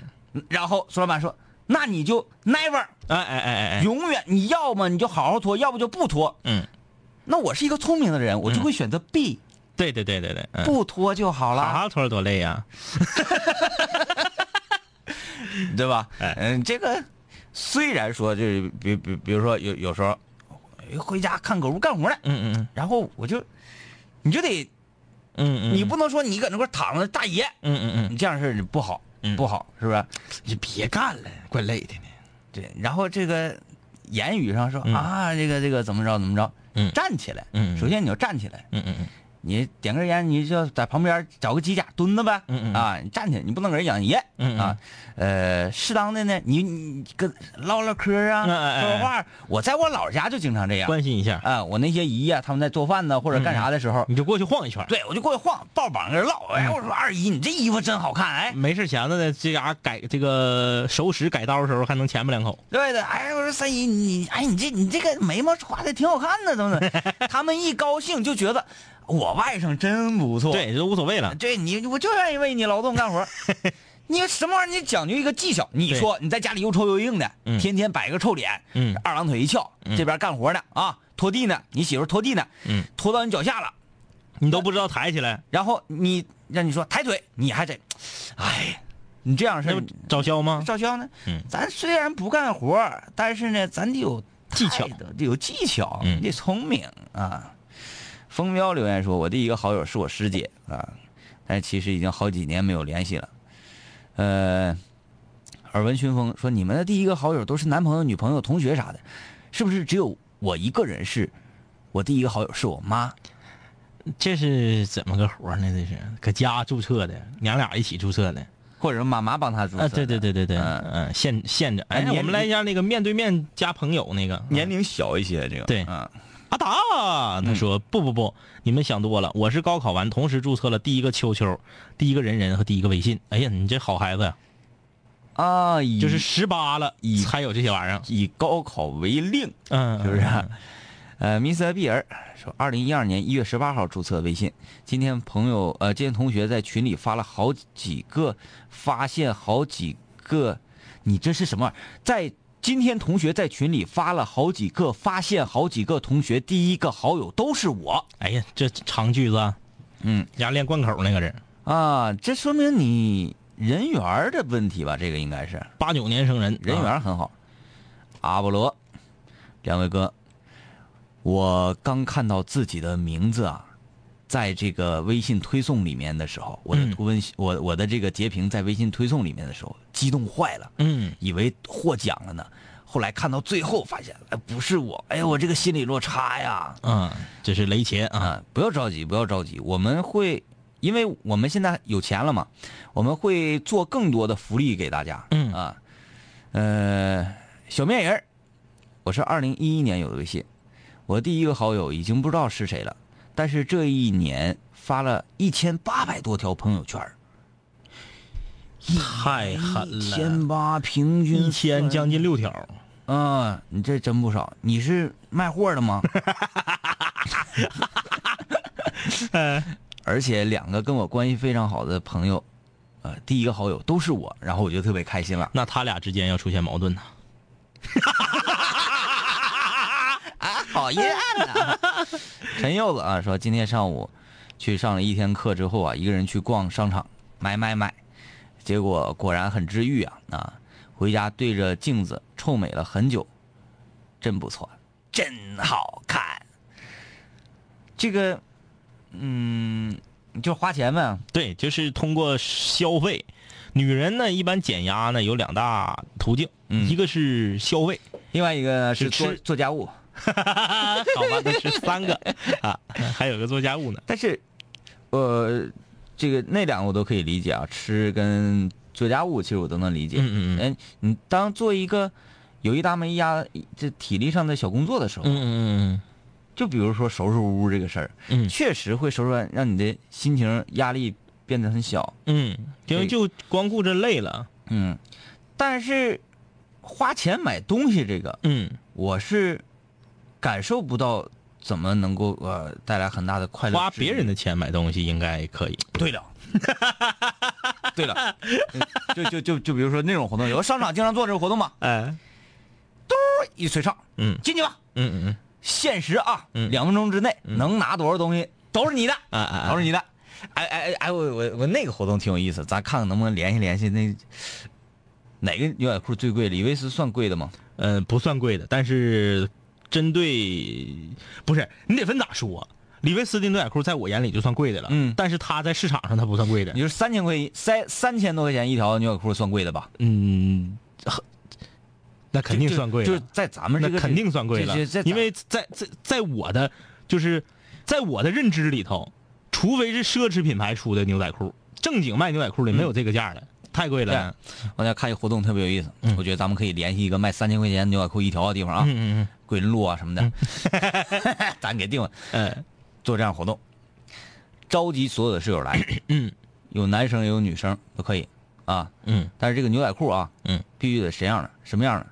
然后孙老板说，那你就 never 哎哎哎哎哎，永远，你要么你就好好拖，要不就不拖。嗯，那我是一个聪明的人，我就会选择 B，、对对对对对，嗯、不拖就好了，啊，拖着多累呀、对吧？哎嗯，这个虽然说就是比比比如说有有时候哎回家看狗不干活呢，嗯嗯然后我就你就得嗯嗯，你不能说你搁那块儿躺着，大爷，嗯嗯嗯，你这样式儿不好，嗯不好，是不是？你别干了，怪累的呢。对，然后这个言语上说、嗯啊，这个这个怎么着怎么着，嗯站起来，嗯嗯首先你要站起来，嗯嗯嗯，你点根烟，你就在旁边找个犄角蹲着呗，嗯嗯嗯啊，你站起来，你不能搁人养爷，嗯嗯啊，呃，适当的呢，你你跟唠唠嗑啊，嗯哎哎说说话，我在我姥家就经常这样，关嗯心一下，啊，我那些姨呀、他们在做饭呢或者干啥的时候，你就过去晃一圈。，对我就过去晃，抱膀跟人唠，哎，嗯我说二姨，你这衣服真好看，哎，没事闲着呢，这家改这个手使改刀的时候还能前吧两口。对的，哎，我说三姨，你哎，你这你这个眉毛画的挺好看的，怎么 的？他们一高兴就觉得我外甥真不错，，对，就无所谓了。对你我就愿意为你劳动干 活。你什么玩意儿？你讲究一个技巧。你对说你在家里又臭又硬的，嗯天天摆个臭脸，嗯二郎腿一翘，这边干活呢啊，拖地呢，你媳妇拖地呢，嗯，拖到你脚下了，你都不知道抬起来，然后你让你说抬腿，你还得，哎，你这样式那儿不找销吗？照相呢？嗯咱虽然不干活儿，但是呢，咱得有技巧态度，得有技巧，嗯你得聪明啊。风喵留言说，我的一个好友是我师姐啊，但其实已经好几年没有联系了。呃，耳闻熏风说，你们的第一个好友都是男朋友、女朋友、同学啥的，是不是只有我一个人是？我第一个好友是我妈，这是怎么个活儿呢？这是搁家注册的，娘俩一起注册的。或者是妈妈帮她注册啊，对对对对对，嗯嗯，现现着。哎哎，我年们龄来一下那个面对面加朋友那个。年龄小一些，这个对嗯，阿达，他说不不不，你们想多了，我是高考完同时注册了第一个秋秋，第一个人人和第一个微信。哎呀，你这好孩子呀，啊，就是十八了以才有这些玩意儿。以高考为令，嗯，嗯是不是？呃，Mr. 比尔说，二零一二年一月十八号注册微信，今天朋友呃，今天同学在群里发了好几个，发现好几个，你这是什么玩意儿？在今天同学在群里发了好几个，发现好几个同学第一个好友都是我哎呀，这长句子啊，嗯，家练贯口那个人，啊，这说明你人缘儿的问题吧？这个应该是。八九年生人，人啊缘很好。阿波罗，两位哥，我刚看到自己的名字啊，在这个微信推送里面的时候，我的嗯图文，我我的这个截屏在微信推送里面的时候，激动坏了，嗯，以为获奖了呢。后来看到最后，发现哎不是我，哎呦我这个心理落差呀！啊，这是雷茄啊，啊，不要着急，不要着急，我们会，因为我们现在有钱了嘛，我们会做更多的福利给大家。嗯啊，呃，小面人儿，我是二零一一年有的微信，我第一个好友已经不知道是谁了，但是这一年发了一千八百多条朋友圈儿，太狠一了，千八平均一千将近六条，啊，你这真不少。你是卖货的吗？而且两个跟我关系非常好的朋友，呃，第一个好友都是我，然后我就特别开心了。那他俩之间要出现矛盾呢？啊，好阴暗呐！ 陈柚子啊说，今天上午去上了一天课之后啊，一个人去逛商场买买买，结果果然很治愈啊啊！回家对着镜子臭美了很久，真不错，真好看。这个，嗯，就花钱呗，对，就是通过消费。女人呢，一般减压呢有两大途径，嗯一个是消费，另外一个是是做吃做家务，啊好吧，那是三个 啊，还有个做家务呢。但是，呃，这个那两个我都可以理解啊，吃跟做家务其实我都能理解。嗯嗯嗯哎，你当做一个有一搭没一搭这体力上的小工作的时候，嗯嗯就比如说收拾屋这个事儿，嗯确实会收拾完让你的心情压力变得很小。嗯嗯，因为就光顾着累了。嗯，但是花钱买东西这个，嗯我是感受不到怎么能够呃带来很大的快乐之余。花别人的钱买东西应该可以。对了， 对了，就就就就比如说那种活动，有的商场经常做这个活动嘛，哎，一催唱，嗯进去吧，嗯嗯限时啊，嗯两分钟之内能拿多少东西都是你的，嗯，啊啊都是你的。哎哎哎哎，我我我那个活动挺有意思，咱看看能不能联系联系那哪个牛仔裤最贵？李维斯算贵的吗？呃，不算贵的，但是针对不是你得分咋说。李维斯的牛仔裤在我眼里就算贵的了，嗯但是它在市场上它不算贵的你，说三千块一三三千多块钱一条牛仔裤算贵的吧？嗯，那肯定算贵就了就，在咱们这那个肯定算贵了这这这，因为在在在我的就是在我的认知里头，除非是奢侈品牌出的牛仔裤，正经卖牛仔裤的没有这个价的，太贵嗯对了。我家看一个活动特别有意思，我觉得咱们可以联系一个卖三千块钱牛仔裤一条的地方啊，嗯桂林路啊什么的， 咱给定了，嗯嗯，做这样活动，召集所有的室 友来，嗯，有男生也有女生都可以啊，嗯但是这个牛仔裤啊，嗯，必须得谁样的，什么样的，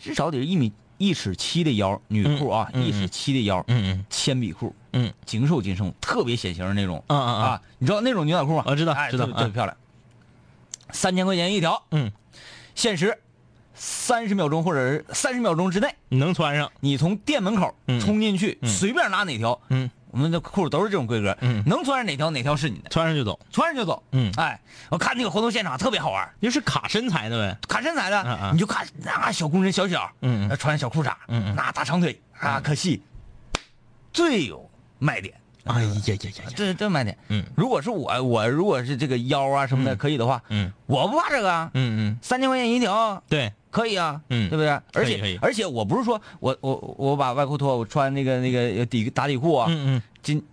至少得是一米一尺七的腰，女裤啊，嗯嗯一尺七的腰，嗯铅笔裤，嗯，精瘦精瘦，特别显形的那种，嗯啊啊啊啊，你知道那种牛仔裤吗？我知道哎知特道别特别嗯漂亮，三千块钱一条，嗯，限时三十秒钟或者是三十秒钟之内，你能穿上，你从店门口嗯冲进去，随便拿哪条，嗯，我们的裤子都是这种规格，嗯能穿上哪条哪条是你的，穿上就走，穿上就走，嗯哎，我看那个活动现场特别好玩，就是卡身材的呗。卡身材的，嗯嗯你就看那小工人小小，嗯嗯穿小裤衩，嗯嗯那大长腿啊，可惜最有卖点，哎呀呀呀呀！这这卖点，嗯如果是我，我如果是这个腰啊什么的可以的话，嗯我不怕这个啊，嗯嗯，三千块钱一条，对，可以啊，嗯对不对？而可以可以且而且我不是说我我我把外裤脱，我穿那个那个底打底裤啊，嗯嗯，今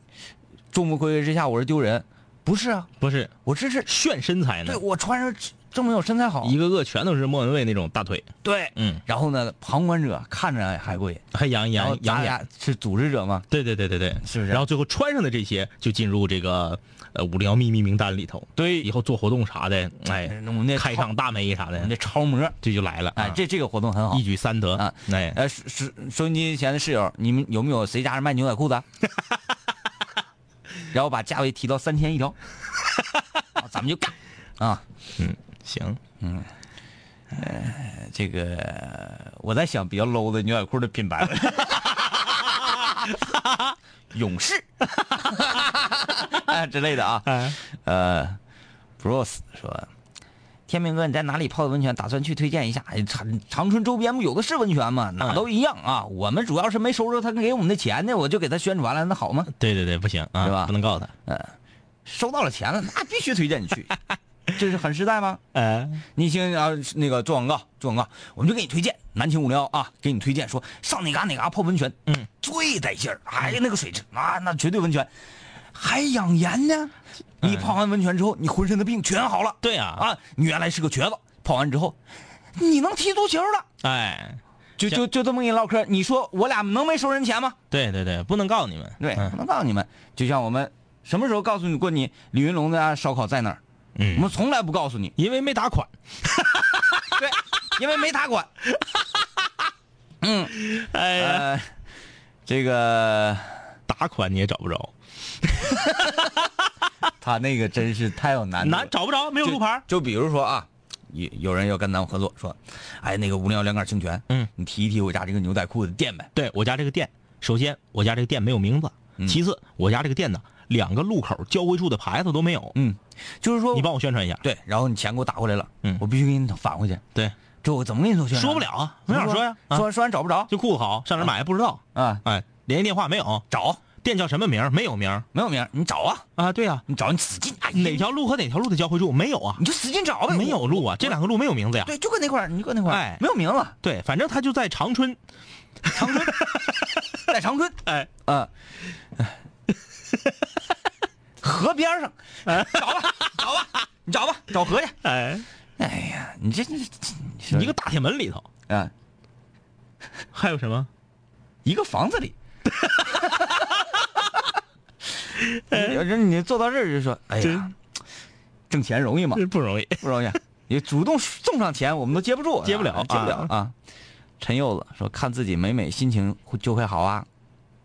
众目睽睽之下我是丢人，不是啊，不是我这是炫身材呢对，我穿上证明我身材好，一个个全都是莫文蔚那种大腿，对，嗯，然后呢，旁观者看着还过瘾，还养然后养咱养眼。俩是组织者嘛，对对对对对，是不是然后最后穿上的这些就进入这个呃五零幺秘密名单里头，对以后做活动啥的，哎，那我们那开超场大美啥我们这，的超模，这就来了，嗯哎啊，这这个活动很好一。举三得啊，哎，呃，收收收音机前的室友，你们有没有谁家是卖牛仔裤的？ 然后把价位提到三千一 条，啊咱们就干啊！嗯行，这个我在想比较 low 的牛仔裤的品牌，勇士啊之类的啊。哎，呃，Bruce 说，天明哥你在哪里泡的温泉？打算去推荐一下。哎长长春周边不有的是温泉吗？哪都一样啊。我们主要是没收着他给我们的钱呢，我就给他宣传了，那好吗？对对对，不行啊，是吧不能告诉他，收到了钱了，那必须推荐你去，这是很实在吗？哎，你先啊，那个做广告，做广告，我们就给你推荐南青五零幺啊，给你推荐说上哪嘎哪嘎泡温泉，嗯，最带劲儿，哎呀那个水质啊，那绝对温泉，还养颜呢。你泡完温泉之后，你浑身的病全好了。对啊啊，你原来是个瘸子，泡完之后，你能踢足球了，哎，就就就这么跟你唠嗑。你说我俩能没收人钱吗？对对对，不能告诉你们，对，嗯不能告诉你们。就像我们什么时候告诉你过你李云龙的烧烤在哪儿？我嗯，们从来不告诉你，因为没打款，对，因为没他管。哎呀，呃，这个打款你也找不着，他那个真是太有难度了难找不着，没有就路牌，就比如说啊，有有人要跟咱们合作，说，哎，那个五零幺两杆清泉，嗯，你提一提我家这个牛仔裤的店呗。对我家这个店，首先我家这个店没有名字，其次我家这个店呢，两个路口交汇处的牌子都没有，嗯，就是说你帮我宣传一下，对，然后你钱给我打过来了，嗯我必须给你返回去。对。这我怎么跟你说宣传？说不了啊，没法说呀、啊说完说完找不着就裤子好，上哪儿买不知道，啊，哎，联系电话没有，找店叫什么名儿没有名儿没有名儿，你找啊，啊？对呀、你找你使劲，哎，哪条路和哪条路的交汇处没有啊你？就使劲找呗。没有我路啊，这两个路没有名字呀。对，就搁那块儿，你搁那块儿，哎没有名字。对，反正他就在长春，长春，在长春，哎啊，河边儿上，找吧，找吧，你找吧，找河去。哎，哎呀，你这你这一个大铁门里头啊，还有什么？一个房子里。要是你做到这儿就说，哎呀哎真，挣钱容易吗？这不容易。不容易，你主动送上钱，我们都接不住，接不了接不了啊啊。陈柚子说，看自己美美，心情会就会好啊，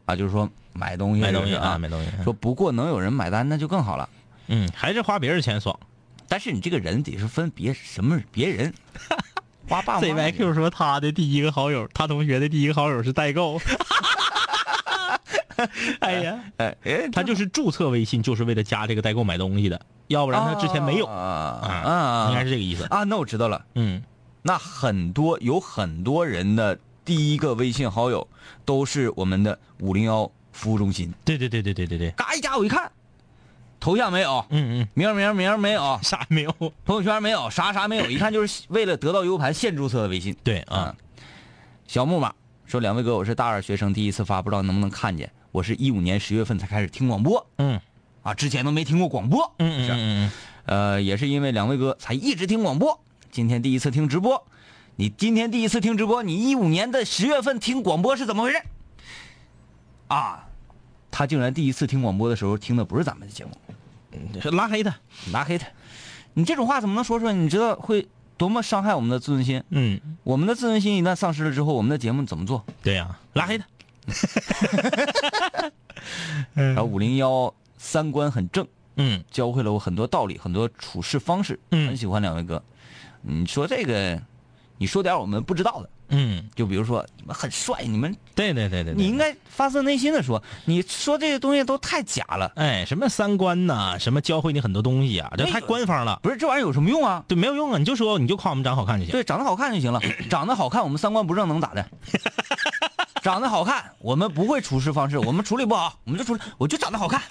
啊，就是说买东西，买东西是啊，啊，买东西。说不过能有人买单，那就更好了。嗯，还是花别人钱爽。但是你这个人得是分别什么别 人，花爸妈 ZYQ 说他的第一个好友，他同学的第一个好友是代 购。哎呀，哎哎，他就是注册微信，就是为了加这个代购买东西的，要不然他之前没有啊啊，啊，应该是这个意思。啊，那我知道了。嗯，那很多有很多人的第一个微信好友都是我们的五零幺服务中心，对对对对对对对，嘎一加我一看，头像没有，嗯嗯，名儿名儿名儿没有，啥也没有。 朋友圈没有，啥啥没有，一看就是为了得到 U 盘现注册的微信。对啊，小木马说：“两位哥，我是大二学生，第一次发，不知道能不能看见。我是一五年十月份才开始听广播嗯啊，之前都没听过广播。嗯嗯是嗯呃，也是因为两位哥才一直听广播，今天第一次听直播。你今天第一次听直播，你一五年的十月份听广播是怎么回事？啊，他竟然第一次听广播的时候听的不是咱们的节目，嗯，拉黑他。拉黑他！你这种话怎么能说出来？你知道会多么伤害我们的自尊心？嗯，我们的自尊心一旦丧失了之后，我们的节目怎么做？对呀，拉黑他。然后五零幺三观很正，嗯，教会了我很多道理，很多处事方式，嗯很喜欢两位哥。你说这个，你说点我们不知道的，嗯，就比如说你们很帅，你们对对对对，对你应该发自内心的说，你说这些东西都太假了，哎，什么三观呐、什么教会你很多东西啊，这没太有官方了，不是这玩意儿有什么用啊？对，没有用啊，你就说你就夸我们长好看就行。对，长得好看就行 了，长得好看我们三观不正能咋的？ 长得好看，我们不会处事方式，我们处理不好，我们就处理，我就长得好 看，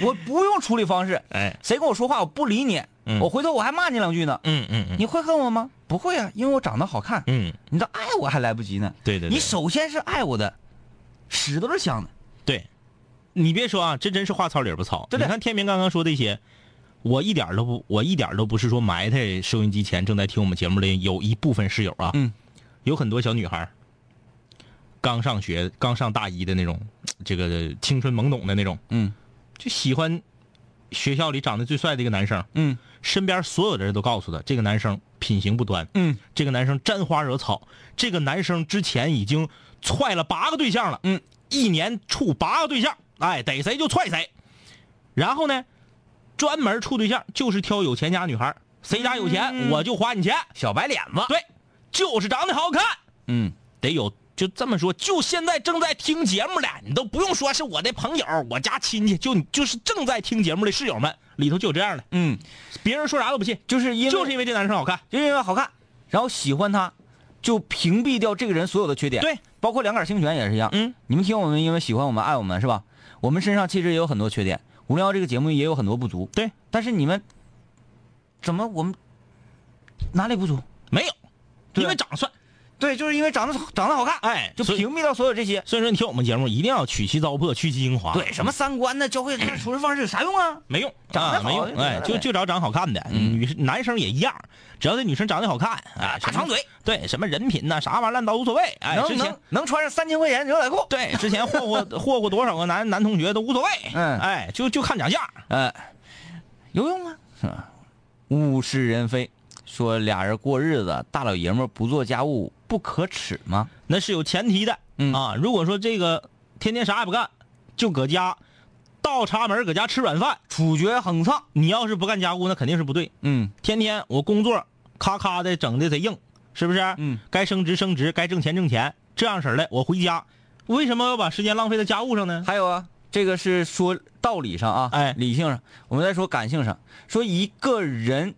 我不用处理方式，哎，谁跟我说话我不理你，嗯我回头我还骂你两句呢，嗯嗯嗯你会恨我吗？不会啊，因为我长得好看，嗯，你的爱我还来不及呢。对对对你首先是爱我的，屎都是香的。对，你别说啊，这真是话糙理儿不糙。对对你看天明刚刚说这些，我一点儿都不，我一点儿都不是说埋汰收音机前正在听我们节目的有一部分室友啊，嗯，有很多小女孩儿，刚上学、刚上大一的那种，这个青春懵懂的那种，嗯就喜欢学校里长得最帅的一个男生，嗯身边所有的人都告诉他，这个男生品行不端，嗯这个男生沾花惹草，这个男生之前已经踹了八个对象了，嗯，一年处八个对象，哎，逮谁就踹谁。然后呢，专门处对象就是挑有钱家女孩，谁家有钱、我就花你钱，嗯小白脸子，对，就是长得好看，嗯，得有。就这么说，就现在正在听节目的，你都不用说是我的朋友、我家亲戚，就就是正在听节目的室友们里头就有这样的，嗯，别人说啥都不信，就是因为就是因为这男生好看。就因为好看，然后喜欢他，就屏蔽掉这个人所有的缺点。对，包括两杆清泉也是一样。嗯，你们听我们，因为喜欢我们，爱我们，是吧？我们身上其实也有很多缺点，无聊这个节目也有很多不足。对，但是你们怎么我们哪里不足？没有，对因为长得帅。对，就是因为长得长得好看，哎就所以屏蔽掉所有这些。所以说，你听我们节目一定要取其糟粕，去其精华。嗯对，什么三观呢？教会这处事方式有啥用啊？没用，长得啊、没好用，就哎，得就就找长好看的，女生男生也一样，只要这女生长得好看，嗯大哎，什么长腿，对，什么人品呐、啥玩意儿烂倒无所谓，哎，之能前能能穿上三千块钱牛仔裤？对之前霍 霍霍霍多少个男男同学都无所谓，嗯哎，就就看长相，呃，有用吗？啊物是人非，说俩人过日子，大老爷们儿不做家务不可耻吗？那是有前提的、嗯啊。如果说这个天天啥也不干，就搁家倒插门儿搁家吃软饭，处决横丧。你要是不干家务，那肯定是不对。嗯天天我工作咔咔的整的贼硬，是不是？嗯，该升职升职，该挣钱挣钱，这样式儿的我回家，为什么要把时间浪费在家务上呢？还有啊，这个是说道理上啊，哎理性上，我们再说感性上，说一个人，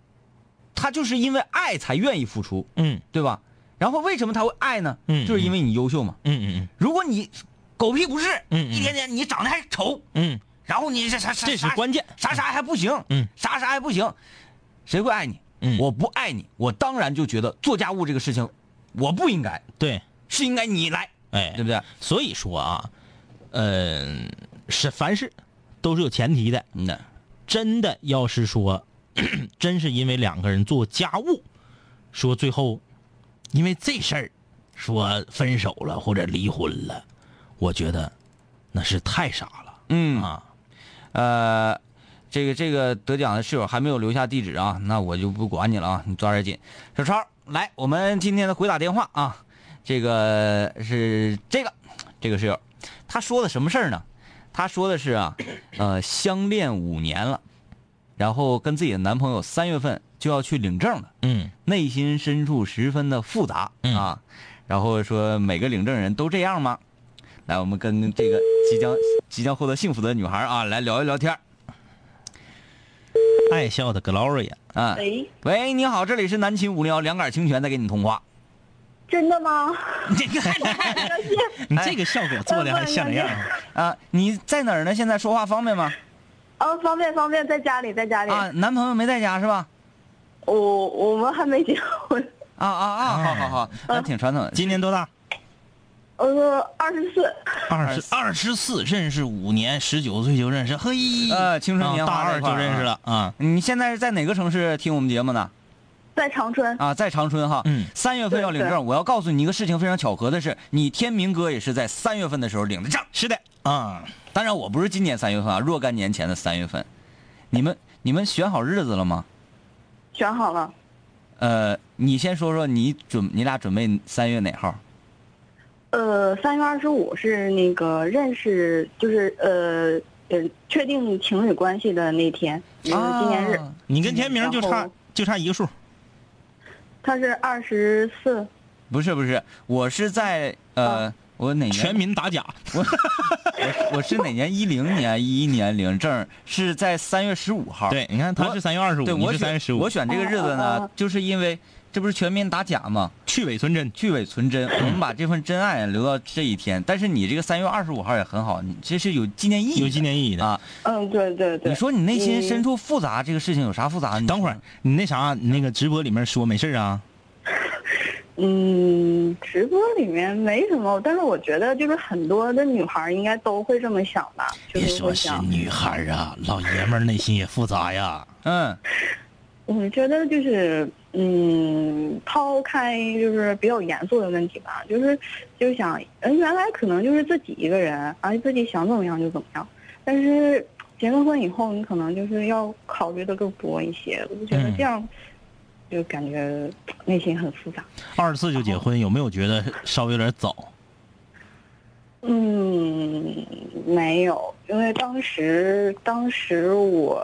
他就是因为爱才愿意付出，嗯对吧？然后为什么他会爱呢？嗯就是因为你优秀嘛。嗯嗯如果你狗屁不是，嗯嗯一天天你长得还丑，嗯，然后你这啥啥这是啥关键。啥啥还不行，嗯，啥啥还不行，谁会爱你？嗯我不爱你，我当然就觉得做家务这个事情，我不应该，对，是应该你来，哎对，不对？所以说啊，嗯、是凡事都是有前提的。嗯呐，真的要是说， 真是因为两个人做家务，说最后因为这事儿说分手了或者离婚了，我觉得那是太傻了。嗯啊，呃，这个这个得奖的室友还没有留下地址啊，那我就不管你了啊，你抓点紧。小超，来，我们今天的回打电话啊，这个是这个这个室友，他说的什么事儿呢？他说的是啊，呃，相恋五年了，然后跟自己的男朋友三月份就要去领证了。嗯内心深处十分的复杂、嗯啊。然后说每个领证人都这样吗？来，我们跟这个即将即将获得幸福的女孩啊来聊一聊天儿。爱笑的 Gloria，啊，喂，喂，你好，这里是南秦五零幺两杆清泉在给你通话。真 的吗？你这个效果做的还像样吗？啊，你在哪儿呢？现在说话方便吗？哦，方便方便，在家里，在家里。啊，男朋友没在家是吧？我我们还没结婚，啊啊啊！好好嗯好，那挺传统的。今年多大？呃，二十四，二十二十四，认识五年，十九岁就认识，嘿，呃青春啊年华大这二块儿就认识了啊。你现在是在哪个城市听我们节目呢？在长春。啊，在长春哈，嗯三月份要领对证。我要告诉你一个事情，非常巧合的是，你天明哥也是在三月份的时候领的证。是的，啊，当然，我不是今年三月份啊，若干年前的三月份。你们你们选好日子了吗？选好了，呃，你先说说你准你俩准备三月哪号？呃，三月二十五是那个认识，就是呃呃，确定情侣关系的那天，就是纪念日。啊你跟天明就然差后就差一个数，他是二十四，不是不是，我是在呃，我哪年？哦全民打假。我是哪年？一零年、一一年领证，是在三月十五号。对，你看他我是三月二十五，对，你我是三月选十我五，选这个日子哦哦呢哦，就是因为这不是全民打假吗？去伪存真。去伪存真，嗯我们把这份真爱留到这一天。但是你这个三月二十五号也很好，你这是有纪念意义的，有纪念意义的啊。嗯，对对对。你说你内心嗯深处复杂这个事情有啥复杂？你等会儿你那啥，你那个直播里面说没事儿啊？嗯，直播里面没什么，但是我觉得就是很多的女孩儿应该都会这么想吧，就是会想，女孩儿啊，老爷们儿内心也复杂呀。嗯我觉得就是嗯，抛开就是比较严肃的问题吧，就是就是想，呃原来可能就是自己一个人，而且自己想怎么样就怎么样，但是结了婚以后，你可能就是要考虑的更多一些，我就觉得嗯这样就感觉内心很复杂。二十四就结婚，有没有觉得稍微有点早？嗯，没有，因为当时当时我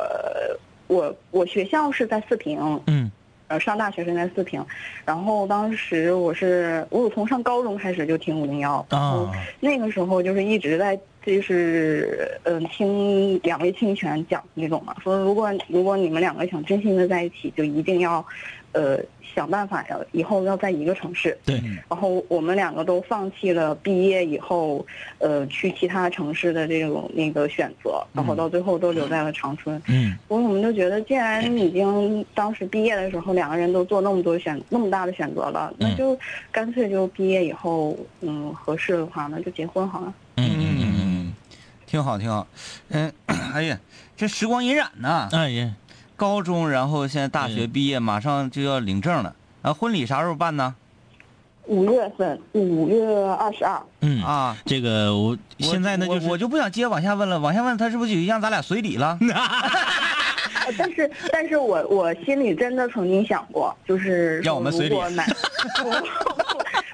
我我学校是在四平，嗯呃，上大学是在四平，然后当时我是我有从上高中开始就听五零幺，然后啊，那个时候就是一直在就是嗯、呃听两位清泉讲那种嘛，说如果如果你们两个想真心的在一起，就一定要呃想办法要以后要在一个城市，对，然后我们两个都放弃了毕业以后，呃，去其他城市的这种那个选择，然后到最后都留在了长春。嗯所以我们就觉得，既然已经当时毕业的时候两个人都做那么多选那么大的选择了，嗯那就干脆就毕业以后，嗯，合适的话那就结婚好了。嗯嗯嗯嗯。嗯，挺好挺好。嗯， 哎呀，这时光荏苒呐，哎呀，高中，然后现在大学嗯毕业，马上就要领证了。啊，婚礼啥时候办呢？五月份，五月二十二，嗯，啊，这个我我现在呢就是我我就不想接往下问了，往下问他是不是就让咱俩随礼了？呃 但是但是我我心里真的曾经想过，就是让我们随礼如果买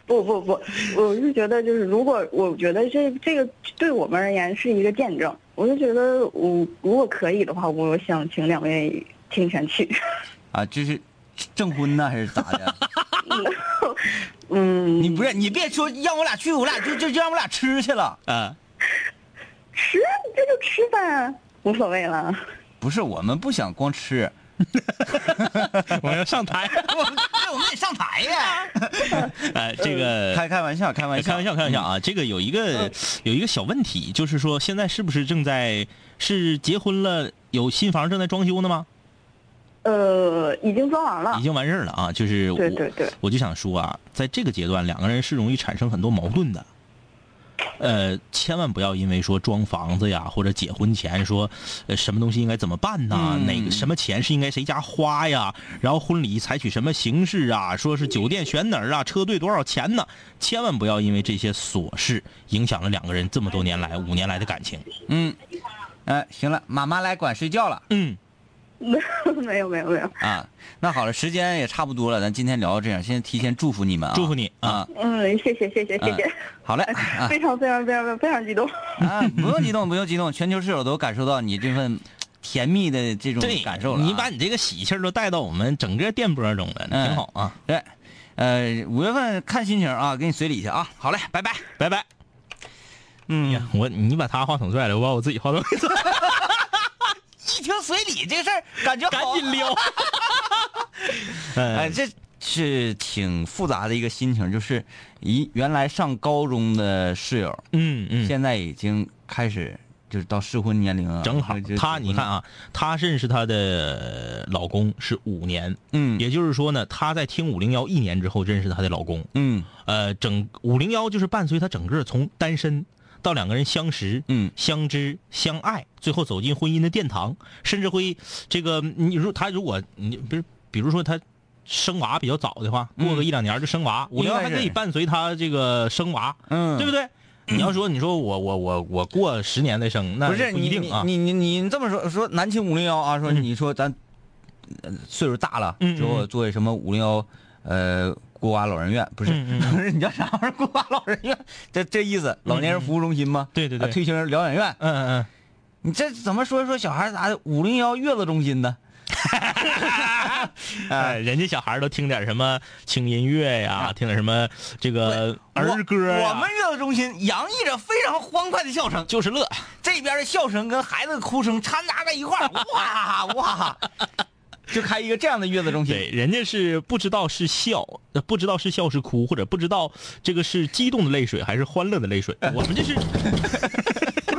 不不不，我是觉得就是如果我觉得这这个对我们而言是一个见证，我就觉得我如果可以的话，我想请两位清泉去。啊，这是证婚呢还是咋的？ 嗯，你不是你别说让我俩去，我俩就就就让我俩吃去了。啊，吃这就吃呗，无所谓了。不是，我们不想光吃，我要 上台。我们对哎我们得上台呀。哎，这个开开玩笑，开玩笑，嗯开玩笑，开玩笑啊！这个有一个有一个小问题，就是说现在是不是正在是结婚了，有新房正在装修呢吗？呃，已经装完了已。经完事儿了啊。就是我对对对我就想说啊，在这个阶段，两个人是容易产生很多矛盾的。呃，千万不要因为说装房子呀，或者结婚前说，呃，什么东西应该怎么办呐、嗯哪个什么钱是应该谁家花呀？然后婚礼采取什么形式啊？说是酒店选哪儿啊？车队多少钱呢？千万不要因为这些琐事影响了两个人这么多年来五年来的感情。嗯，呃，行了，妈妈来管睡觉了嗯， 没有没有没有，啊。那好了，时间也差不多了，咱今天聊到这样，先提前祝福你们啊，祝福你啊！啊。嗯，谢谢谢谢谢谢，好嘞，嗯啊 非常非常非常非常激动。啊，不用激动，不用激动，全球室友都感受到你这份甜蜜的这种对，感受了啊、你把你这个喜气儿都带到我们整个电波中了，嗯挺好啊。对，呃，五月份看心情啊，给你随礼去啊。好嘞，拜拜。拜拜。嗯，我你把他话筒拽了，我把我自己话筒拽了，一听随礼这事儿，感觉赶好紧撩。哎，哎，这是挺复杂的一个心情，就是一原来上高中的室友，嗯嗯，现在已经开始就是到适婚年龄了，啊正好就他就你看啊，他认识他的老公是五年，嗯也就是说呢，她在听五零幺一年之后认识她的老公。嗯呃，整五零幺就是伴随她整个从单身到两个人相识，嗯相知相爱，最后走进婚姻的殿堂，甚至会这个你如她如果你不是比如说她生娃比较早的话，过个一两年就生娃，五零幺还可以伴随她这个生娃，嗯，对不对？你要说你说我我我我过十年再生，那不是一你定啊。你你你你这么说说南青五零幺啊，说嗯你说咱呃岁数大了嗯之后嗯做什么五零幺呃孤娃老人院不是嗯嗯嗯不 是你叫啥玩意儿孤娃老人院这这意思老年人服务中心吗？对对啊对，退休人疗养院，嗯嗯嗯，你这怎么说说小孩咋的五零幺月子中心呢？哎，人家小孩儿都听点什么轻音乐呀，听点什么这个儿歌啊我呀我们月子中心洋溢着非常欢快的笑声，就是乐。这边的笑声跟孩子的哭声掺杂在一块儿，哇哇，就开一个这样的月子中心。对，人家是不知道是笑，呃不知道是笑是哭，或者不知道这个是激动的泪水还是欢乐的泪水。我们这 是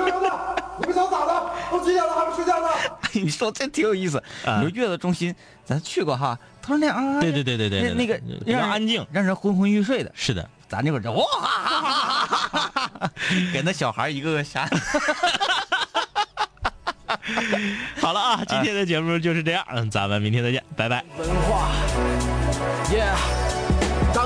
你们想咋的？都几点了还不睡觉呢？你说这挺有意思。啊你说月子中心，咱去过哈，他说那啊，对对对对对对那那个比较让人安静。让人昏昏欲睡的。是的，咱这会儿就哇，给那小孩一个个吓。好了啊，今天的节目就是这样，嗯，咱们明天再见，拜拜。文化，Yeah。当